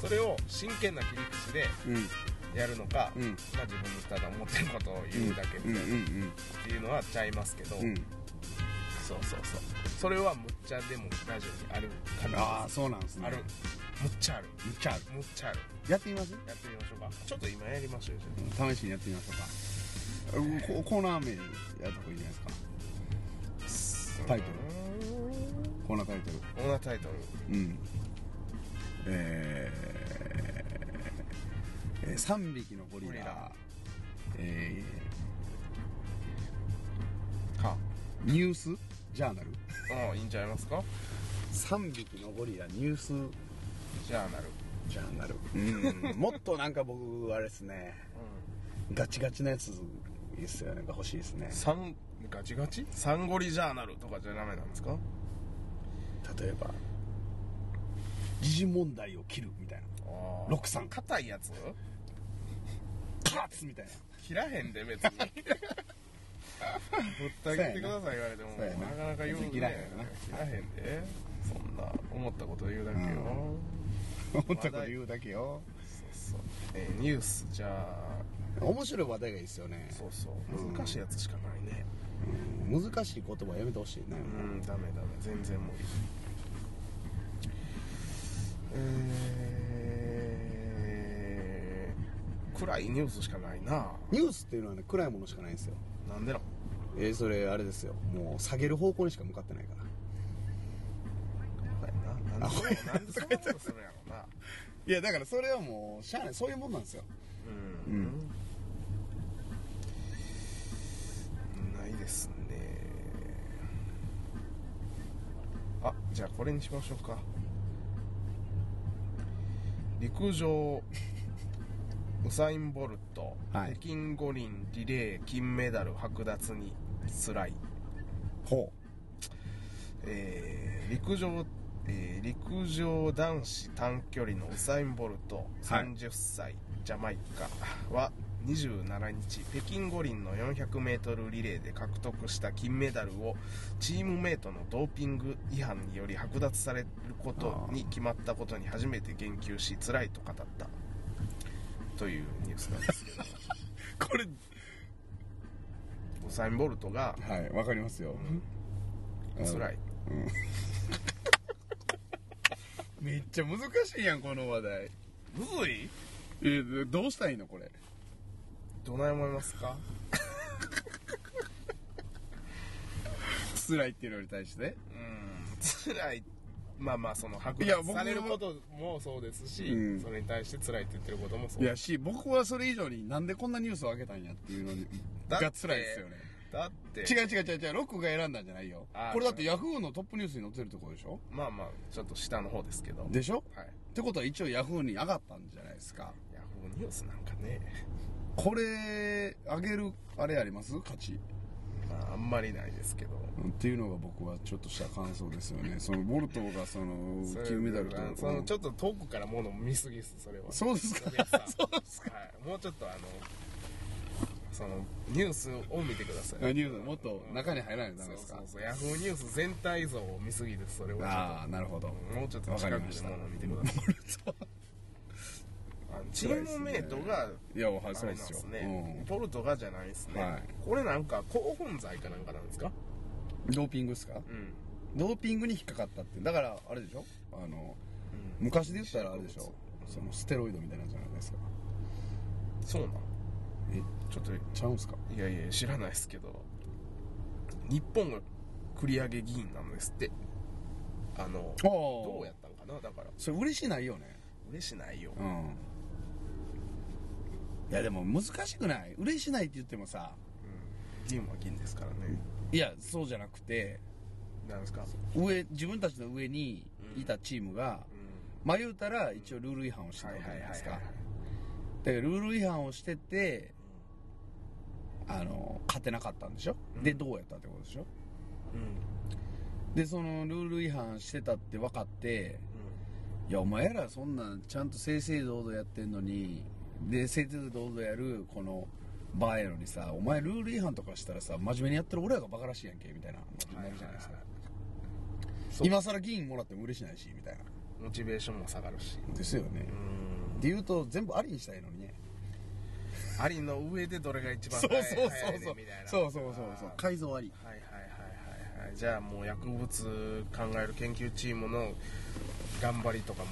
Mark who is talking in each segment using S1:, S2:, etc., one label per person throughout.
S1: それを真剣な切り口で
S2: うん
S1: やるのか、
S2: うん
S1: まあ、自分のただ思ってることを言うだけ
S2: うん
S1: み
S2: う
S1: たいな、っ
S2: ん
S1: ていうのはちゃいますけど、
S2: うんうん
S1: そうそうそうそれはむっちゃでもラジオにある感じ
S2: ああそうなんですね
S1: あるむっちゃある
S2: むっちゃある
S1: むっちゃある
S2: やってみます
S1: やってみましょうかちょっと今やりましょうよ
S2: 試しにやってみましょうかうんココーナー名やった方がいいんじゃないですかタイトルコーナータイトル
S1: オーナータイトル
S2: うんえーえー、3匹のゴリラ
S1: ゴリラ
S2: え
S1: か
S2: ーニュースジャーナル
S1: うんいいんちゃいますか
S2: 3匹のゴリラニュース
S1: ジャーナル
S2: ジャーナルうん もっとなんか僕あれですねガチガチなやついいっすよねが欲しいですね
S1: サンガチガチサンゴリジャーナルとかじゃダメなんですか
S2: 例えば時事問題を切るみたいな
S1: あ
S2: 六三カ
S1: 硬いやつ
S2: ッツみたいな
S1: 切らへんで別にぶった切ってください言われても
S2: そうやな
S1: なかなか言うね
S2: 切らへんよな
S1: 切らへんでそんな思ったこと言うだけ
S2: う
S1: よ、
S2: ん思ったこと言うだけよ
S1: そうそうえーニュースじゃあ
S2: 面白い話題がいいですよね
S1: そうそう難しいやつしかないね
S2: 難しい言葉やめてほしいね
S1: うんダメダメ全然無理えー、暗いニュースしかないな
S2: ニュースっていうのはね暗いものしかないんですよ
S1: なんでなん
S2: えーそれあれですよもう下げる方向にしか向かってないから
S1: ななんでなんでそんなことするんやろない
S2: やだからそれはもうしゃあないそういうもんなんですよ
S1: うん、ないですねあじゃあこれにしましょうか陸上ウサイン・ボルト、
S2: はい
S1: 北京五輪リレー金メダル剥奪につらい、
S2: ほ
S1: えー陸上、えー陸上男子短距離のウサイン・ボルト
S2: はい
S1: 30歳、ジャマイカは27日北京五輪の 400m リレーで獲得した金メダルをチームメイトのドーピング違反により剥奪されることに決まったことに初めて言及し辛いと語ったというニュースなんですけど
S2: うこれ
S1: ウサイン・ボルトが
S2: はいわかりますよ、
S1: 辛い
S2: めっちゃ難しいやんこの話題
S1: むずい
S2: えーどうしたらいいのこれ
S1: どない思いますか
S2: 辛いっていうのに対して
S1: うん辛いまあまあその剥
S2: いや
S1: 奪
S2: 僕
S1: されることもそうですし、
S2: うん
S1: それに対して辛いって言ってることもそう
S2: いやし僕はそれ以上になんでこんなニュースを上げたんやっていうのに
S1: だ
S2: が
S1: って
S2: 辛いですよね
S1: だって
S2: 違う違う違う違うロックが選んだんじゃないよ
S1: あー
S2: これだってヤフーのトップニュースに載ってるところでしょ
S1: まあまあちょっと下の方ですけど
S2: でしょ
S1: はい
S2: ってことは一応ヤフーに上がったんじゃないですか
S1: ヤフーニュースなんかね
S2: これ上げるあれあります価値
S1: まああんまりないですけど
S2: っていうのが僕はちょっとした感想です よねそのボルトがその
S1: それ
S2: 金メダルと
S1: そのちょっと遠くからもの見すぎっすそれは
S2: そうですか
S1: お客さん
S2: そうですか
S1: はい、もうちょっとあのそのニュースを見てください
S2: あニュースもっと中に入らないとダメですか
S1: そうそうそうヤフーニュース全体像を見すぎですそれは
S2: ああなるほど
S1: もうちょっと近くで物を見てください。あのチームメイトが、
S2: いやはい
S1: あ
S2: そう
S1: れ
S2: で
S1: なん
S2: す
S1: で
S2: よ
S1: すね。ポルトがじゃないですね。
S2: はい
S1: これなんか興奮剤かなんかなんですか
S2: うんドーピングですか
S1: うん。
S2: ドーピングに引っかかったってだからあれでしょあの昔で言ったらあれでしょそのステロイドみたいなんじゃないですか
S1: そうなん
S2: え
S1: ちょっと、
S2: ちゃうんすか
S1: いやいや、知らないですけど、日本が繰り上げ議員なんですって。あの、
S2: ああ
S1: どうやったんかなだから、
S2: それ嬉しないよね
S1: 嬉しないよ。
S2: うんいやでも難しくない嬉しないって言ってもさ
S1: 議員は議員ですからね。
S2: いやそうじゃなくて
S1: なんですか
S2: 上自分たちの上にいたチームが、
S1: うん。
S2: まあ言うたら一応ルール違反をしてたわけじゃないですかだからルール違反をしててあの勝てなかったんでしょ、
S1: うん
S2: でどうやったってことでしょ
S1: うん。うん。
S2: でそのルール違反してたって分かっていやお前らそんなんちゃんと正々堂々やってんのにで正々堂々やるこの場合やのにさお前ルール違反とかしたらさ真面目にやってる俺らがバカらしいやんけみたいななるじゃないですか
S1: そう
S2: 今更議員もらっても嬉しないしみたいな
S1: モチベーションも下がるし
S2: ですよね
S1: う。ん
S2: で言うと、全部ありにしたいのにね。
S1: ありの上でどれが一番
S2: そうそうそう
S1: 早い
S2: そ
S1: ね
S2: う
S1: みたい。な
S2: そうそうそうそう。
S1: あー
S2: 改造あり。
S1: はいはいはいはいはいじゃあもう薬物考える研究チームの頑張りとかも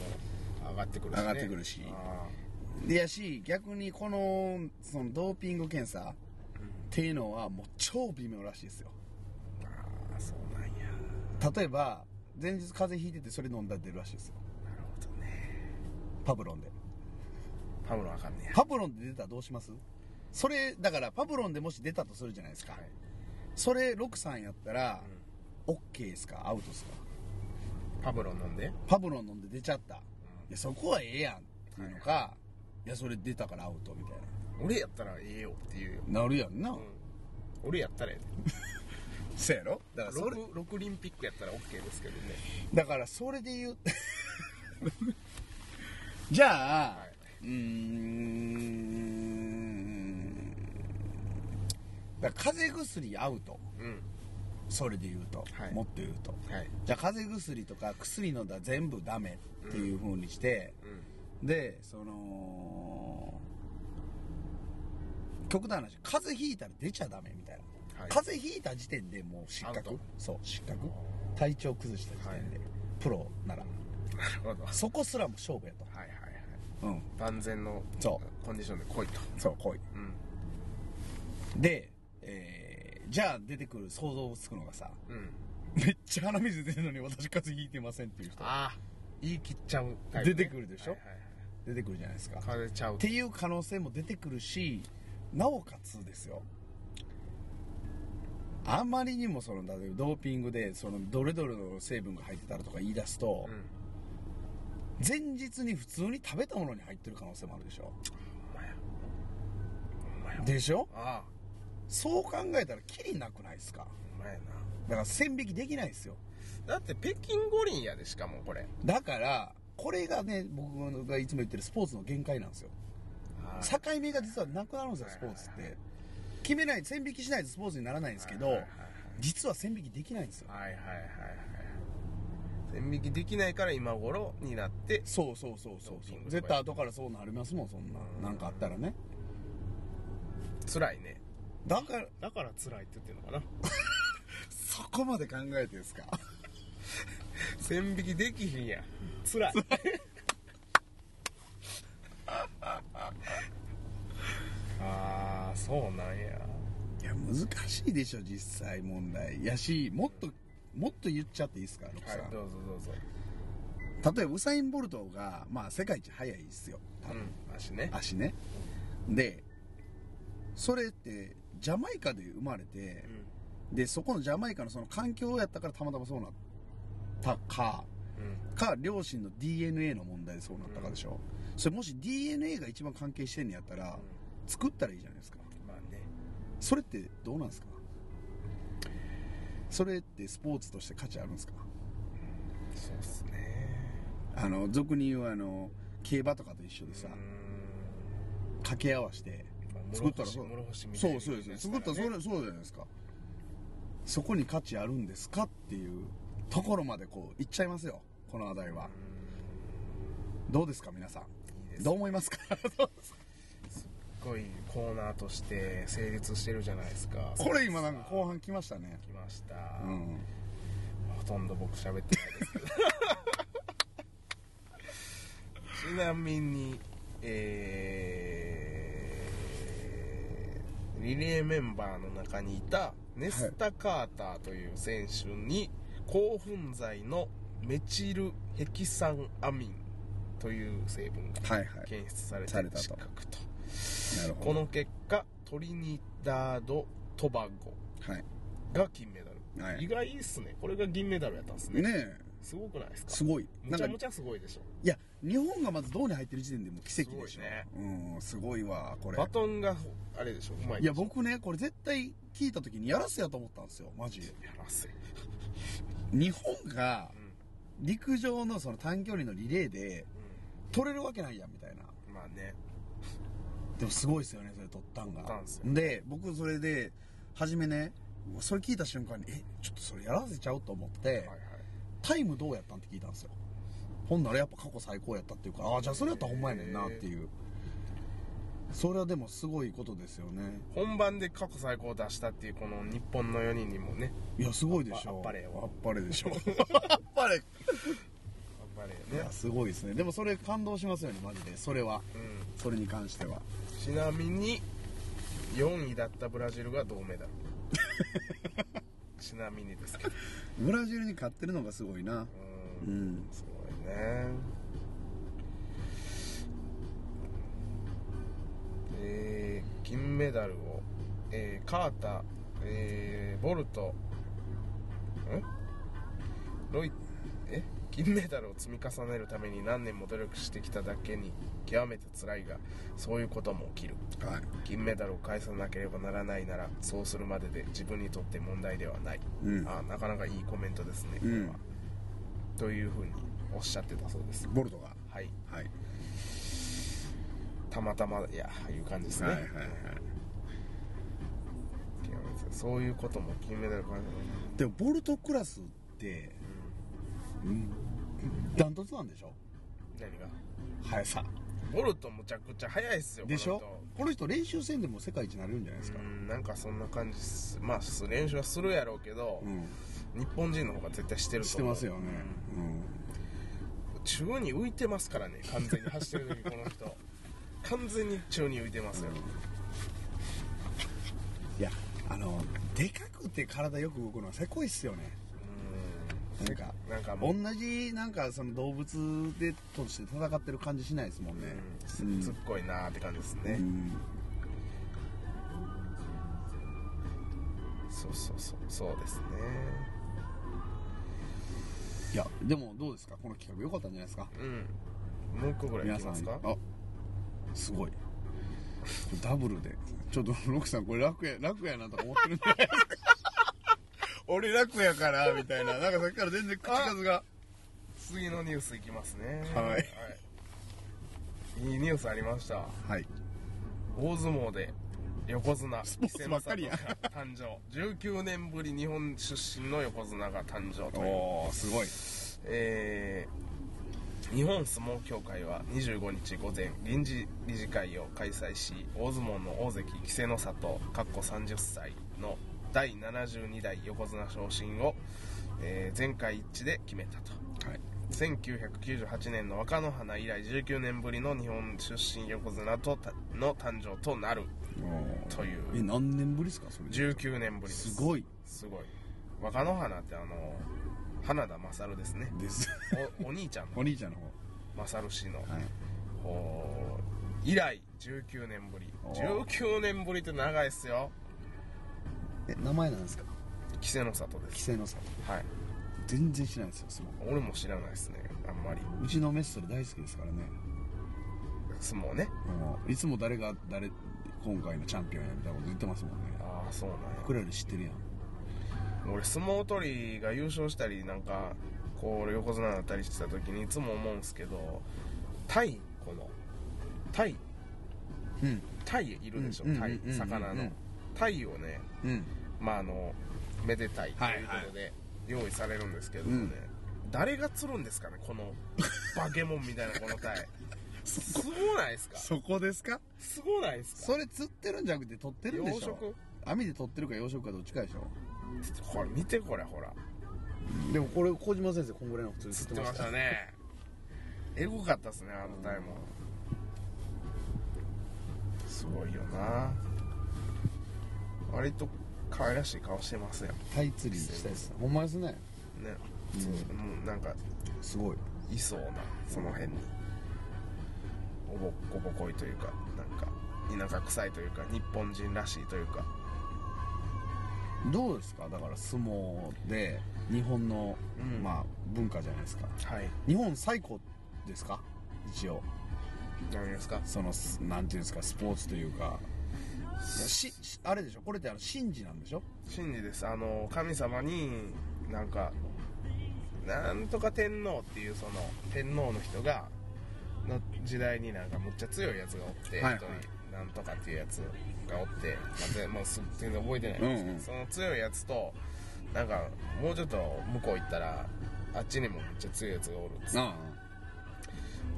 S1: 上がってくるし、ね、
S2: 上がってくるし
S1: あ
S2: でやし、逆にこの、そのドーピング検査っ
S1: ーうん
S2: ていうのはもう超微妙らしいですよ。
S1: あーそうなんや
S2: 例えば、前日風邪ひいててそれ飲んだら出るらしいですよ。
S1: なるほどね
S2: パブロンで。
S1: パブロンあかんねや
S2: パブロンで出たらどうしますそれ、だからパブロンでもし出たとするじゃないですか。
S1: はい
S2: それ、6さんやったら、
S1: う
S2: オッケーですかアウトですか
S1: んパブロン飲んで、
S2: パブロン飲んで出ちゃった。いや、そこはええやんっていうのか、いや、それ出たからアウトみたい
S1: うん俺やったらええよっていうよ、
S2: な。なるやんな。
S1: うん、俺やったらええ
S2: そやろだからそれ、
S1: 6, 六リンピックやったら OK ですけどね
S2: だからそれで言う。 じゃあ、
S1: はいう
S2: ーん。だから風邪薬アウト。
S1: うん
S2: それで言うと、
S1: はい
S2: もっと言うと。
S1: はい
S2: じゃあ風邪薬とか薬飲んだら全部ダメっていう風にして、
S1: う
S2: でその極端な話風邪ひいたら出ちゃダメみたいな、
S1: はい
S2: 風邪ひいた時点でもう失
S1: アウト
S2: 格そう失格体調崩した時点で、
S1: は
S2: プロなら
S1: ん なるほどはい
S2: そこすらも勝負やと
S1: はいはい
S2: うん
S1: 万全の
S2: そ
S1: コンディションで来いと
S2: うそう来い
S1: うん
S2: で、えーじゃあ出てくる想像つくのがさ
S1: うん
S2: めっちゃ鼻水出てるのに私風邪ひいてませんっていう人
S1: ああ言い切っちゃうタイプ、
S2: 出てくるでしょ
S1: はいはいはい
S2: 出てくるじゃないですか
S1: 枯れちゃう
S2: っていう可能性も出てくるしなおかつですよあまりにもその例えばドーピングでそのどれどれの成分が入ってたらとか言い出すと、
S1: うん
S2: 前日に普通に食べたものに入ってる可能性もあるでしょ
S1: ほんまやほんまや
S2: でしょ
S1: ああ
S2: そう考えたらキリなくないですか
S1: ほんまや
S2: だから線引きできないですよ
S1: なだって北京五輪やでしかもこれ
S2: だからこれがね僕がいつも言ってるスポーツの限界なんですよ境目が実はなくなるんですよスポーツって決めない線引きしないとスポーツにならないんですけど、
S1: はいはい
S2: 実は線引きできないんですよ
S1: はいはいはい線引きできないから今頃になって
S2: そうそうそうそう
S1: ドーピ
S2: そう
S1: ングとか
S2: 絶対後からそうなりますもんそんな
S1: うん
S2: なんかあったらね
S1: 辛いね
S2: だから
S1: だから辛いって言ってるのかな
S2: そこまで考えてですか
S1: 線引きできひんや辛い ああそうなんや
S2: いや難しいでしょ実際問題やしもっともっと言っちゃっていいですか六
S1: はい
S2: さん、
S1: どうぞどうぞ
S2: 例えばウサイン・ボルトがまあ世界一速いですよ多分、
S1: うん足ね
S2: 足ねでそれってジャマイカで生まれて
S1: う、ん
S2: でそこのジャマイカのその環境やったからたまたまそうなったか
S1: うん
S2: か両親の DNA の問題でそうなったかでしょ、それもし DNA が一番関係してんのやったら作ったらいいじゃないですか
S1: まあね
S2: それってどうなんですかそれってスポーツとして価値あるんですか
S1: そうっすね
S2: あの俗に言うあの競馬とかと一緒でさ、
S1: うーん
S2: 掛け合わせて
S1: まあ
S2: 作ったらそう
S1: 諸星みたい
S2: そう
S1: な
S2: そうです作ったらそれそうじゃないですかそこに価値あるんですかっていうところまでこういっちゃいますよこの話題はどうですか皆さん
S1: いいです
S2: どう思います かどうですか
S1: すごいコーナーとして成立してるじゃないですか
S2: これ今なんか後半来ましたね
S1: 来ました、
S2: うん
S1: ほとんど僕喋ってないですけどちなみにえーリレーメンバーの中にいたネスタ・カーターという選手に興奮剤のメチルヘキサンアミンという成分が
S2: はいはい
S1: 検出されて
S2: されたと
S1: 失格と
S2: なる
S1: こ
S2: ほど
S1: の結果トリニダード・トバゴ
S2: はい
S1: が金メダル
S2: はい
S1: 意外っすねこれが銀メダルやったんですね
S2: ねえ
S1: すごくないですか
S2: すごい
S1: む
S2: なん
S1: ち
S2: か
S1: ゃ
S2: い
S1: むちゃすごいでしょ
S2: や日本がまず銅に入ってる時点でもう奇跡でし
S1: す
S2: ょ
S1: ごいね
S2: うんすごいわこれ
S1: バトンがあれでしょうまい
S2: いや僕ねこれ絶対聞いた時にやらせやと思ったんですよマジで
S1: やらせ
S2: 日本が
S1: うん
S2: 陸上のその短距離のリレーで
S1: う
S2: 取れるわけないやんみたいなん
S1: まあね
S2: でもすごいですよねそれ取ったんが
S1: 取ったんですよ
S2: で僕それで初めねそれ聞いた瞬間にえちょっとそれやらせちゃうと思って、
S1: はいはい
S2: タイムどうやったんって聞いたんですよほんならやっぱ過去最高やったっていうかああじゃあそれやったらほんまやねんなっていうそれはでもすごいことですよね
S1: 本番で過去最高を出したっていうこの日本の4人にもね
S2: いやすごいでしょ
S1: あっぱれよ
S2: あっぱれでし ょあっぱれ
S1: やっぱ
S2: い
S1: りね
S2: やすごいですねでもそれ感動しますよねマジでそれは
S1: うん
S2: それに関しては
S1: ちなみに4位だったブラジルが銅 メダルちなみにですけど
S2: ブラジルに勝ってるのがすごいな
S1: う
S2: うんん
S1: すごいねえー金メダルを、えーカーター、えーボルトんロイえ金メダルを積み重ねるために何年も努力してきただけに極めて辛いがそういうことも起きる
S2: はい
S1: 銀メダルを返さなければならないならそうするまでで自分にとって問題ではない、
S2: うん
S1: あーなかなかいいコメントですね、
S2: うん
S1: これはというふうにおっしゃってたそうです
S2: ボルトが
S1: はい
S2: はい
S1: たまたまいやいう感じですね、
S2: はいはいはい
S1: 極めてそういうことも金メダル返さない
S2: でもボルトクラスってダントツなんでしょ
S1: 何が
S2: 速さ
S1: ボルトむちゃくちゃ速いっすよ
S2: でしょ
S1: こ
S2: この人練習戦でも世界一になれるんじゃないで
S1: の
S2: す
S1: 人
S2: か
S1: うんなんかそんな感じっすまあす練習はするやろうけど、日本人の方が絶対してる
S2: し
S1: と
S2: て
S1: 思う
S2: ますよねうん
S1: うん宙に浮いてますからね完全に 走ってる時この人完全に宙に浮いてますよ、
S2: いやあのでかくて体よく動くのはせこいっすよね
S1: うん
S2: なんか
S1: なんかも
S2: 同
S1: う、
S2: じなんかその動物でとして戦ってる感じしないですもんね
S1: う
S2: うん
S1: ん、つっこいなーって感じですね、
S2: うん
S1: そうそうそうそうですね
S2: いやでもどうですかこの企画良かったんじゃないですか
S1: うんもう一個ぐらいい
S2: 皆
S1: き
S2: さん
S1: ますか
S2: あすごいこれダブルでちょっとロクさんこれ楽や楽やなとか思ってるんじゃないですか 俺楽やからみたいななんかさっきから全然口数が
S1: 次のニュースいきますね
S2: はい
S1: い、いいニュースありました
S2: はい
S1: 大相撲で横綱
S2: スポーツばっかりや
S1: 稀勢の里が誕生19年ぶり日本出身の横綱が誕生という
S2: おおすごい
S1: えー日本相撲協会は25日午前臨時理事会を開催し大相撲の大関稀勢の里かっこ30歳の第72代横綱昇進を、えー全会一致で決めたと
S2: はい
S1: 1998年の若乃花以来19年ぶりの日本出身横綱とたの誕生となるという
S2: え何年ぶりですかそれ
S1: 19年ぶりです
S2: すごい
S1: すごい若乃花ってあの花田勝ですね
S2: です
S1: おお兄ちゃんの
S2: お兄ちゃんの方
S1: 勝氏の
S2: はい
S1: おー以来19年ぶり
S2: おー
S1: 19年ぶりって長いっすよ
S2: え名前なんですか
S1: 稀勢の里で
S2: 稀
S1: す
S2: 勢の里
S1: はい
S2: 全然知らないですよ相撲
S1: 俺も知らないですねあんまり
S2: うちのメスそれ大好きですからね
S1: 相撲ね
S2: もういつも誰が誰今回のチャンピオンやみたいなこと言ってますもんね
S1: ああそうなんや
S2: 僕らより知ってるやん
S1: 俺相撲取りが優勝したりなんかこう横綱だったりしてた時にいつも思うんすけどタイこのタイ
S2: うん
S1: タイいるでしょ
S2: うん
S1: タ
S2: う
S1: イ
S2: んうんうん
S1: 魚のタイをね
S2: うん
S1: まああのめでたいということで用意されるんですけどもね、誰が釣るんですかねこのバケモンみたいなこのタイ すごないですか
S2: そこですか
S1: すごないですか
S2: それ釣ってるんじゃなくて取ってるんでしょ
S1: 養
S2: 網で取ってるか養殖かどっちかでしょ
S1: ほら見てこれほら
S2: でもこれ小島先生こんぐらいの普通に
S1: 釣ってましたねエゴかったっすねあのタイもすごいよな割と可愛らしい顔してますよ
S2: タイ釣りしたいですほんまですね
S1: ね、そうもうなんか
S2: すごい
S1: いそうなその辺におぼっこぼこいというかなんか田舎臭いというか日本人らしいというか
S2: どうですかだから相撲で日本の、
S1: うん
S2: まあ文化じゃないですか
S1: はい
S2: 日本最古ですか一応
S1: 何ですか
S2: そのすなんていうんですかスポーツというかししあれでしょこれってあの神事なんでしょ
S1: 真理ですあの神様になんかなんとか天皇っていうその天皇の人がの時代になんかむっちゃ強いやつがおって一、
S2: はいはい
S1: 人なんとかっていうやつがおって、まあで、もうす全然覚えてないんですけど、
S2: うんうん
S1: その強いやつとなんかもうちょっと向こう行ったらあっちにもめっちゃ強いやつがおるっつって
S2: あ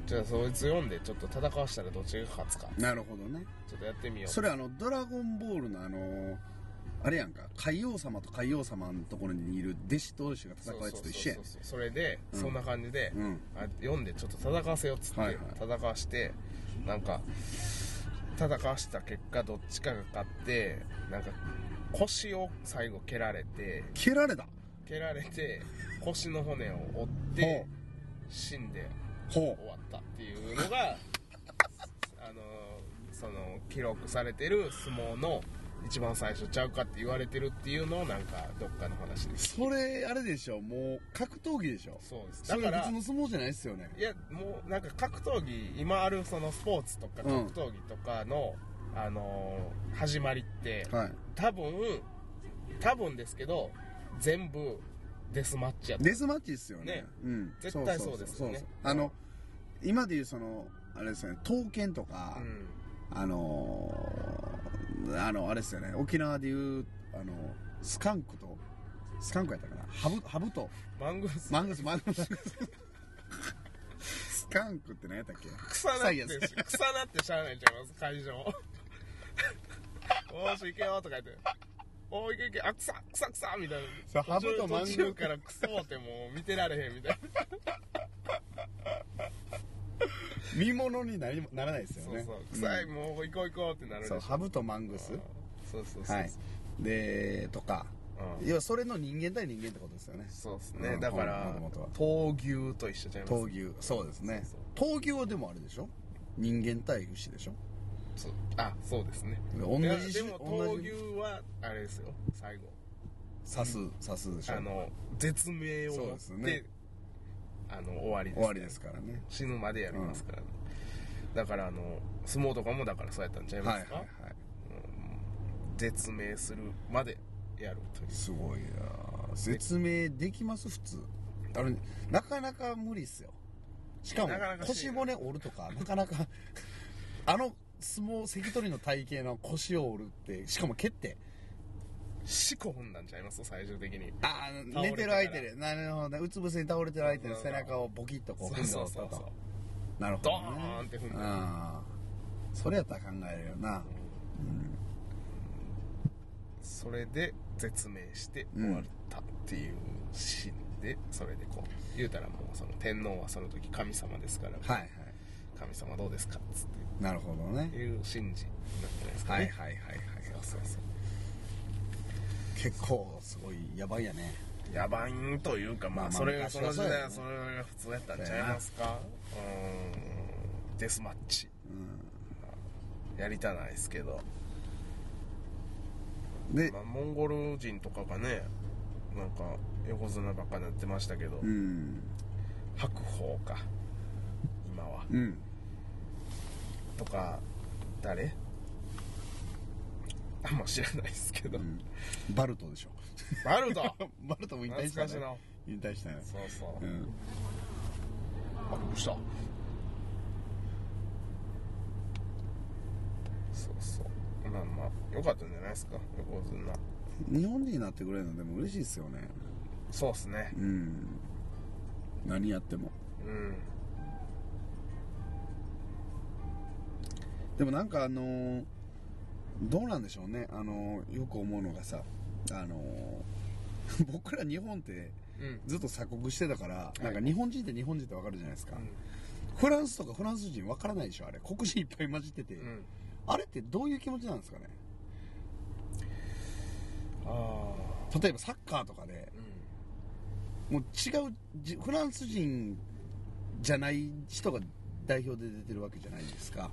S1: じゃあそいつ読んでちょっと戦わしたらどっちが勝つか
S2: なるほどね
S1: ちょっとやってみよう
S2: それあのドラゴンボールのあのあれやんか海王様と海王様のところにいる弟子同士が戦
S1: そうう
S2: やつと一緒やん
S1: そうそうそうそれで、そんな感じで、
S2: うん
S1: あ読んでちょっと戦わせようっつって、
S2: はいはい
S1: 戦わしてなんか戦わした結果どっちかが勝ってなんか腰を最後蹴られて
S2: 蹴られた
S1: 蹴られて腰の骨を折って
S2: ほ
S1: 死んで
S2: うほ
S1: 終わったっていうのが あのその記録されてる相撲の一番最初ちゃうかって言われてるっていうのをなんかどっかの話で
S2: う
S1: す
S2: それあれでしょもう格闘技でしょ
S1: そうです
S2: そ
S1: だ
S2: れ
S1: から
S2: 普通の相撲じゃないですよね
S1: いやもうなんか格闘技今あるそのスポーツとか
S2: うん
S1: 格闘技とかの、あのー始まりって
S2: はい
S1: 多分多分ですけど全部デスマッチやった
S2: デスマッチですよね
S1: ね
S2: うん
S1: 絶対そうです
S2: そうそ
S1: よね
S2: うそうあの今でいうそのあれですよね刀剣とか、
S1: うん
S2: あのーあのあれですよね沖縄でいうあのスカンクとスカンクやったかなハブハブと
S1: マングース
S2: マングスマングススカンクって何やったっけ
S1: 草なっ
S2: 臭いや
S1: てし草なってしゃあないんちゃいます会場 おーし行けよとか言っておーいけいけあ草草草みたい
S2: そ
S1: な
S2: うハブとマングー
S1: 途中途中からクソってもう見てられへんみたいな
S2: 見物になりならないですよ
S1: そう
S2: ね
S1: そう臭い、
S2: うん
S1: もう行こう行こうってなるでし
S2: そ
S1: ょ
S2: うハブとマングス
S1: そうそうそうそう、
S2: はいでとか
S1: うん
S2: 要はそれの人間対人間ってことですよね
S1: そうですね、
S2: うん
S1: だから
S2: 元々は
S1: 闘牛と一緒ちゃいます
S2: 闘牛そうですね闘牛はでもあれでしょ人間対牛でしょ
S1: そうあそうですね
S2: 同じ
S1: いや
S2: 種
S1: でも
S2: 同
S1: 闘
S2: じ
S1: 牛はあれですよ最後
S2: 刺す刺すでしょ
S1: あの絶命を
S2: そう
S1: もっ
S2: です
S1: て、
S2: ね
S1: あの終わりです、
S2: 終わりですからね
S1: 死ぬまでやりますから、だからあの相撲とかもだからそうやったんちゃい
S2: は
S1: ま
S2: いはい
S1: すか、
S2: はい
S1: うん絶命するまでやるという
S2: すごいな説明できます普通あのなかなか無理っすよしかも
S1: なかなかし
S2: 腰
S1: んど
S2: 骨
S1: い
S2: 折るとかなかなか あの相撲関取の体型の腰を折るってしかも蹴って
S1: 四股踏んだんちゃいます最終的に
S2: ああ
S1: 倒
S2: 寝
S1: れて
S2: てる相手でなるほどねうつ伏せに倒れてる相手の
S1: そうそ
S2: 背
S1: う
S2: 中をボキッとこう踏んで折ったとなるほ
S1: ド
S2: ど、
S1: ーンっ
S2: ね、
S1: て踏んだ
S2: ああそれやったら考えるよな
S1: それで絶命して終わったっていうシーンで、それでこう言うたらもうその天皇はその時神様ですから、
S2: はいはい
S1: 神様どうですかっつっ
S2: なるほどね
S1: ていう神事になってないですか
S2: はい
S1: ね、
S2: はいはいはい
S1: そうそうそう
S2: 結構すごいやばいやね
S1: 野蛮というかま
S2: まあ
S1: あ
S2: まあ
S1: それが
S2: 昔
S1: その
S2: は
S1: 時
S2: そう
S1: 代
S2: や
S1: は
S2: ね
S1: それが普通やったんちゃいますかうーんデスマッチ
S2: うん
S1: やりたないですけど、
S2: で
S1: まあ、モンゴル人とかがねなんか横綱ばっかなってましたけど、
S2: うん
S1: 白鵬か今は
S2: うん
S1: とか誰あんま知らないですけど、
S2: バルトでしょ
S1: バルド
S2: バルトも引退
S1: 懐
S2: した
S1: かしい
S2: ね
S1: な
S2: 引退したね
S1: そうそう、
S2: うん
S1: あびっくりしたそうそうまあまあよかったんじゃないですか横綱
S2: 日本人になってくれるのでも嬉しいですよね
S1: そうっすね
S2: うん何やっても
S1: うん
S2: でもなんかあのーどうなんでしょうねあのーよく思うのがさあのー 僕ら日本って
S1: うん
S2: ずっと鎖国してたから、
S1: い
S2: なんか日本人って日本人ってわかるじゃないですか、フランスとかフランス人わからないでしょあれ黒人いっぱい混じってて、
S1: うん、うん、
S2: あれってどういう気持ちなんですかね
S1: ああ
S2: 例えばサッカーとかで
S1: うん
S2: もう違うじフランス人じゃない人が代表で出てるわけじゃないですか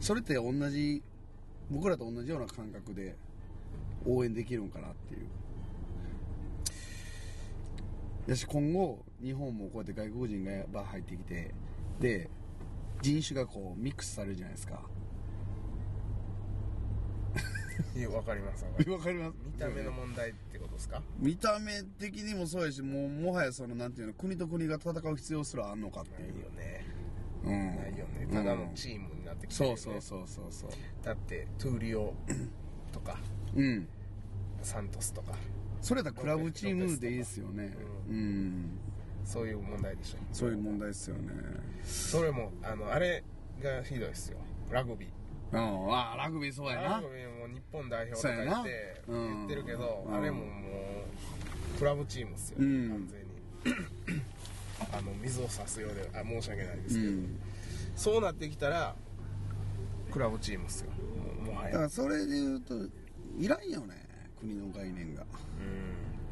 S2: それって同じ僕らと同じような感覚で応援できるんかなっていうだし今後日本もこうやって外国人がやっぱ入ってきてで人種がこうミックスされるじゃないですか
S1: いやわかりますわかります
S2: わかります
S1: 見た目の問題ってことですか
S2: 見た目的にもそうやしもうもはやそのなんていうの国と国が戦う必要すらあんのかって
S1: ないいうよね
S2: うん
S1: ないよねただのチームになってきてる
S2: そ
S1: よ
S2: う
S1: ね
S2: そうそうそうそう
S1: だってトゥーリオとか
S2: うん
S1: サントスとか
S2: それだったらクラブチームでいいですよねうん、
S1: そういう問題でしょ
S2: そういう問題ですよね
S1: それもあのあれがひどいですよラグビー
S2: うんあラグビーそうや
S1: ラ
S2: な
S1: グビーも日本代表と
S2: そう
S1: か
S2: や
S1: 言
S2: な
S1: って
S2: うん
S1: 言ってるけど、
S2: うん
S1: あれももうクラブチームですよ、
S2: うん
S1: 完全にあの水を差すようであ申し訳ないで
S2: う
S1: すけど、
S2: ん
S1: そうなってきたらクラブチームですよもうもは
S2: だか
S1: や
S2: らそれで言うといらんよね国の概念が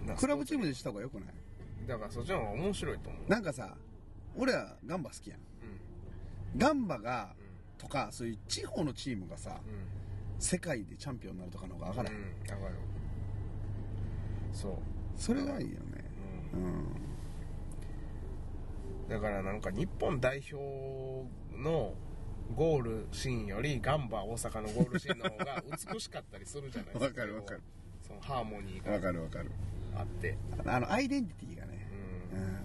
S1: うん
S2: クラブチームでした方がよくない
S1: だからそっちの方が面白いと思う
S2: なんかさ俺はガンバ好きやん
S1: う
S2: ガンバが
S1: ん
S2: とかそういう地方のチームがさ
S1: うん
S2: 世界でチャンピオンになるとかの方が上がら
S1: う
S2: へん
S1: ん上がるそう、
S2: それがいいよね
S1: う
S2: うん
S1: ん、だからなんか日本代表のゴールシーンよりガンバ大阪のゴールシーンの方が美しかったりするじゃないですか
S2: わかるわかる
S1: そのハーモニー
S2: わ
S1: が
S2: かるわかる
S1: あって
S2: あのアイデンティティがね
S1: う
S2: うんん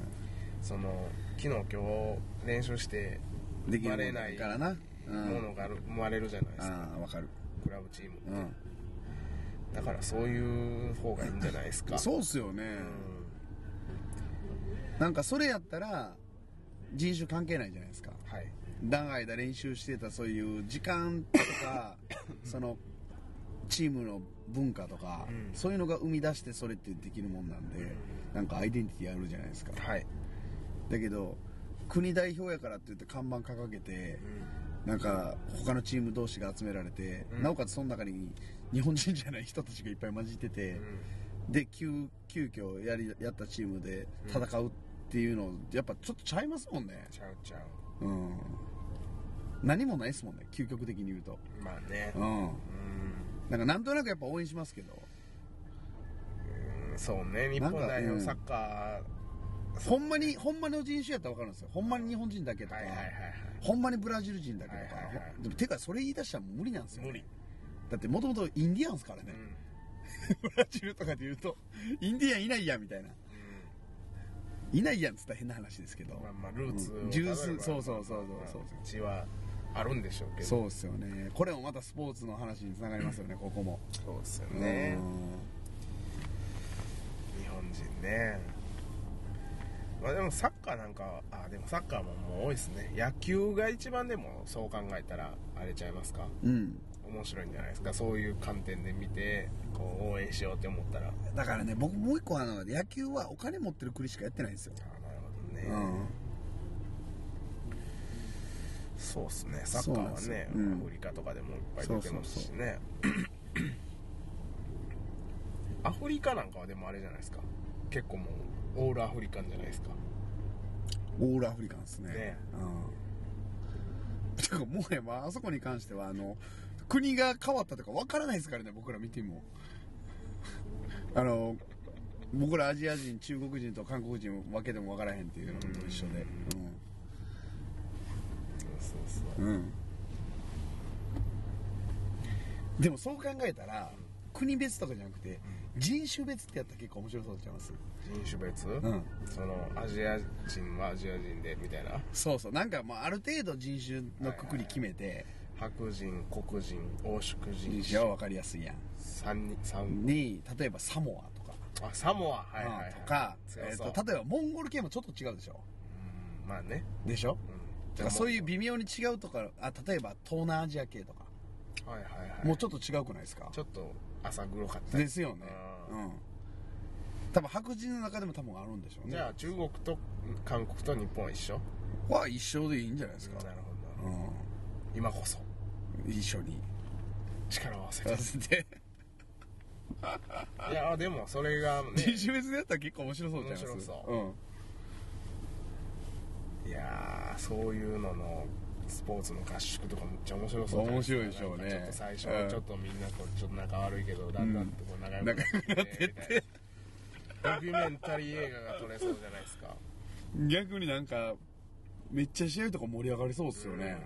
S1: その昨日今日練習して
S2: で
S1: 生
S2: き
S1: ま
S2: る
S1: れ
S2: も
S1: ない
S2: んからなう
S1: も
S2: ん
S1: のが生まれるじゃないですか
S2: ああわかる
S1: クラブチーム
S2: うん
S1: だからそういう方がいいんじゃないですか
S2: そうっすよね
S1: うん
S2: なんかそれやったら人種関係ないじゃないですか
S1: はい
S2: 長い間練習してたそういう時間と かそのチームの文化とか、
S1: うん
S2: そういうのが生み出してそれってできるもんなんで、なんかアイデンティティあるじゃないですか
S1: はい、
S2: だけど国代表やからって言って看板掲げて
S1: うん
S2: なんか他のチーム同士が集められて、
S1: うん
S2: なおかつその中に日本人じゃない人たちがいっぱい混じってて、
S1: うん
S2: で急急遽やりやったチームで戦うっていうのやっぱちょっとちゃいますもんね
S1: ちゃうちゃう
S2: うん何もないですもんね究極的に言うと
S1: まあね
S2: うん
S1: うん
S2: なんかなんとなくやっぱ応援しますけど
S1: うんそうね日本代表サッカ
S2: ほんまにほんまの人種やったら分かるんですよほんまに日本人だけ
S1: ー
S2: とか、
S1: はいはいはいはい
S2: ほんまにブラジル人だけとか、
S1: はいはいはい
S2: ほんでもてかそれ言い出したらもう無理なんですよね、
S1: 無理
S2: だってもともとインディアンですから
S1: う
S2: ね
S1: ん、
S2: ブラジルとかで言うとインディアンいないやんみたいないないやんっつったら変な話ですけど、
S1: うんまあまあルーツを
S2: うんジュース
S1: 例えば
S2: そうそうそうそう
S1: まあ
S2: そうそう
S1: 血はあるんでしょうけど
S2: そうっすよねこれもまたスポーツの話につながりますよね、ここも
S1: そうですよね
S2: うん
S1: 日本人ねまあでもサッカーなんかはあでもサッカーももう多いですね野球が一番でもそう考えたらあれちゃいますか
S2: うん
S1: 面白いんじゃないですかそういう観点で見てこう応援しようって思ったらあ
S2: だからね僕もう一個あの野球はお金持ってる国しかやってないんですよ、
S1: あなるほどね、
S2: うん、
S1: そうっすねサッカー
S2: そ
S1: は
S2: うなんで
S1: ね
S2: すようん
S1: アフリカとかでもいっぱい出てますしねアフリカなんかはでもあれじゃないですか結構もうオールアフリカンじゃないですか
S2: オールアフリカンですね
S1: ね
S2: うんてかもはやまああそこに関してはあの国が変わったとかわからないですからね僕ら見てもあの僕らアジア人中国人と韓国人分けてもわからへんっていうのと一緒で
S1: そうそうそ
S2: うん、うん、でもそう考えたら国別とかじゃなくて人種別ってやったら結構面白そうちゃいます
S1: う人種別、
S2: うん
S1: そのアジア人はアジア人でみたいな
S2: そうそうなんかまあある程度人種のくくり決めて
S1: 白人黒人黄色
S2: 人
S1: 人
S2: 種は分かりやすいやん
S1: 三人三
S2: に例えばサモアとか、
S1: あサモアはいはい、はい、
S2: とか、
S1: 強
S2: え
S1: そう
S2: ーと例えばモンゴル系もちょっと違うでしょ
S1: うんまあね、
S2: でしょ
S1: うん、
S2: だからそういう
S1: ビ
S2: 微妙に違うとかあ例えば東南アジア系とか、
S1: はいはいはい
S2: もうちょっと違うくないですか
S1: ちょっと浅黒かったり
S2: ですよね
S1: う
S2: うん多分白人の中でも多分あるんでしょうね
S1: じゃあ中国と韓国と日本は一緒
S2: は一緒でいいんじゃないですか、
S1: なるほど
S2: う
S1: 今こそ
S2: ん、一緒に
S1: 力を合 わせて
S2: で
S1: いやでもそれがね
S2: 人種別でやったら結構面白そうじゃないですか
S1: 面白
S2: う、ん、
S1: いやーそういうののスポーツの合宿とかめっちゃ面白そう
S2: 面白いでしょうね
S1: なんかちょっと最初
S2: うん
S1: はちょっとみんなとちょっと仲悪いけどだんだんとこう仲良くなってってみたいなドキュメンタリー映画が撮れそうじゃないですか
S2: 逆になんかめっちゃ試合とか盛り上がりそうですよね、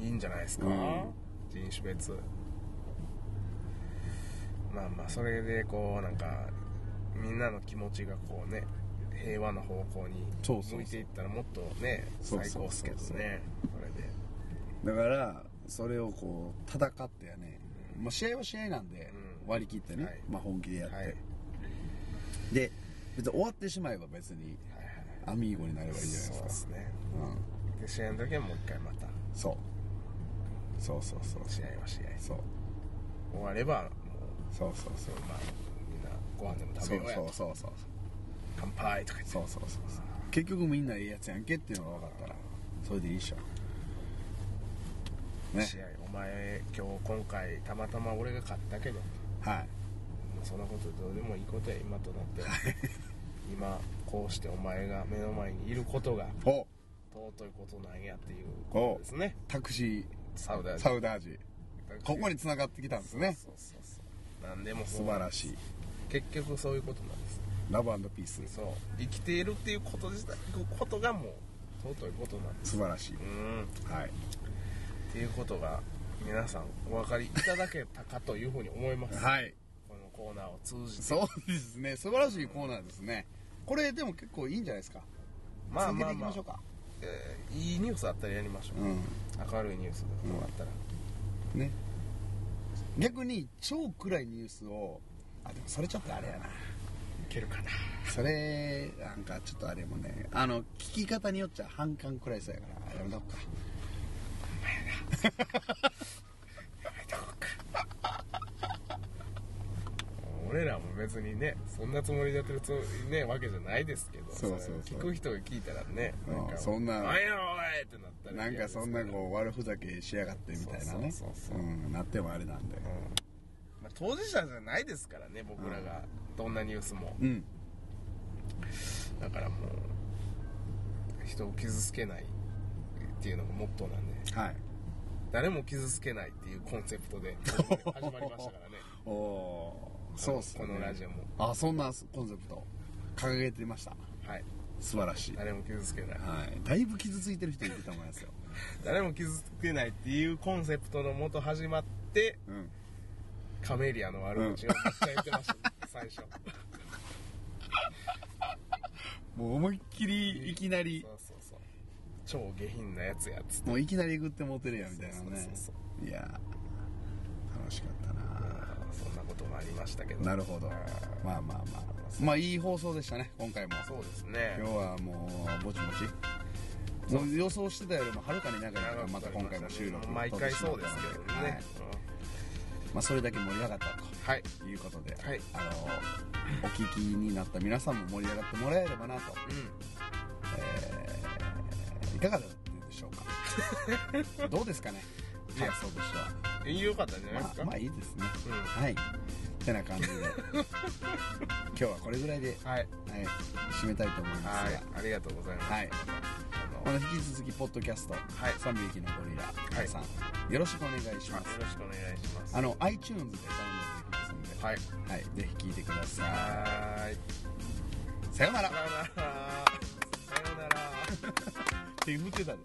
S1: いいんじゃないですか、
S2: うん
S1: 人種別まあまあそれでこうなんかみんなの気持ちがこうね平和な方向に
S2: そうそうそう
S1: 向いていったらもっとね
S2: そう
S1: 最
S2: そうそうそう
S1: 高っすけどねこれで
S2: だからそれをこう戦ってやね、まあ、試合は試合なんで
S1: うん
S2: 割り切ってね、
S1: はい
S2: まあ、本気でやって、
S1: はい
S2: で別に終わってしまえば別に
S1: はいは
S2: ア
S1: い
S2: ミーゴになればいいんじゃない
S1: そう
S2: で
S1: ですす
S2: か
S1: ね
S2: うん
S1: で試合の時はもう一回また
S2: そうそうそうそう
S1: 試合は試合
S2: そう
S1: 終わればも
S2: そうそう
S1: うそ
S2: そう
S1: うまあみんなご飯でも食
S2: そ
S1: べ
S2: う
S1: ようや
S2: そうそうそう
S1: 乾杯とか言って
S2: そうそうそうそう結局みんないいやつやんけっていうのが分かったらそれでいいっしょね
S1: 試合お前今日今回たまたま俺が勝ったけど
S2: はい
S1: もうそんなことどうでもいいことや今となっては今こうしてお前が目の前にいることが
S2: お
S1: 尊いことなんやっていうことですね
S2: タクシ
S1: サウダー
S2: ー
S1: ジ
S2: サウダージここに繋がってきたんですね
S1: そうそうそうなんでも
S2: 素晴らしい
S1: 結局そういうことなんです
S2: ラブピース
S1: そう生きているっていうこと自体ことがもう尊いことなんです
S2: 素晴らしい
S1: うん
S2: はい
S1: っていうことが皆さんお分かりいただけたかというふうに思います
S2: はい
S1: このコーナーを通じて
S2: そうですね素晴らしいコーナーですねこれでも結構いいんじゃないですか
S1: まあ
S2: 続けて
S1: まあ
S2: いき
S1: ま
S2: ま
S1: あ
S2: しょうか
S1: えーいいニュースあったらやりましょう、明るいニュースもらったら、
S2: うんね逆に超暗いニュースをあでもそれちょっとあれやない
S1: けるかな
S2: それなんかちょっとあれもねあの聞き方によっちゃ反感くらいそうやからやめとくか
S1: 俺らも別にねそんなつもりでやってるつもりねわけじゃないですけど
S2: そうそうそう
S1: れ聞く人が聞いたらね
S2: うん
S1: なんか
S2: そんな
S1: おいおいってなったら
S2: なんかそんなこう悪ふざけしやがってみたいなね
S1: そうそうそうそう
S2: うんなってもあれなんで
S1: うん、まあ、当事者じゃないですからね僕らがどんなニュースも
S2: うん
S1: だからもう人を傷つけないっていうのがモットーなんで
S2: はい
S1: 誰も傷つけないっていうコンセプトで始まりましたからね
S2: おおー そうっすね
S1: このラジオも
S2: あそんなコンセプト掲げてました
S1: はい
S2: 素晴らしい、は
S1: 誰も傷つけない
S2: い、だいぶ傷ついてる人いると思いますよ、
S1: 誰も傷つけないっていうコンセプトのもと始まって
S2: うん、
S1: カメリアの悪口をめっちゃ言ってました、最初
S2: もう思いっきりいきなり
S1: そうそうそう超下品なやつやつって
S2: もういきなりグってモテるやんみたいな
S1: そうそう
S2: ね
S1: そう
S2: いやー楽しかったな
S1: そんなこともありましたけど
S2: なるほどまあまあまあまあいい放送でしたね今回も
S1: そうですね
S2: 今日はもうぼちぼちもう予想してたよりもはるかに長いからまた今回も収録
S1: 毎回そうですけどね、
S2: はいまあ、それだけ盛り上がったと
S1: はい
S2: いうことで、
S1: はい
S2: あのお聞きになった皆さんも盛り上がってもらえればなと、
S1: う
S2: えーいかがだったでしょうか どうですかね
S1: いや
S2: 感想としては
S1: んよかったんじゃないです
S2: ま
S1: か、
S2: あ、まあいいですね
S1: うん
S2: はいてな感じで 今日はこれぐらいで、
S1: はい、
S2: はい、締めたいと思いますが、
S1: はい、ありがとうございます。
S2: はい
S1: あ
S2: ま
S1: の
S2: た引き続きポッドキャスト「
S1: はい
S2: 三匹のゴリラ」さん、よろしくお願いしま
S1: あよ
S2: す
S1: ろしくお願いします。
S2: あの iTunes でダウンロードできますので、
S1: はい、
S2: はい、ぜひ聞いてくださ
S1: はーい、
S2: いさよなら
S1: さよなら、さよなら。
S2: 手振ってたで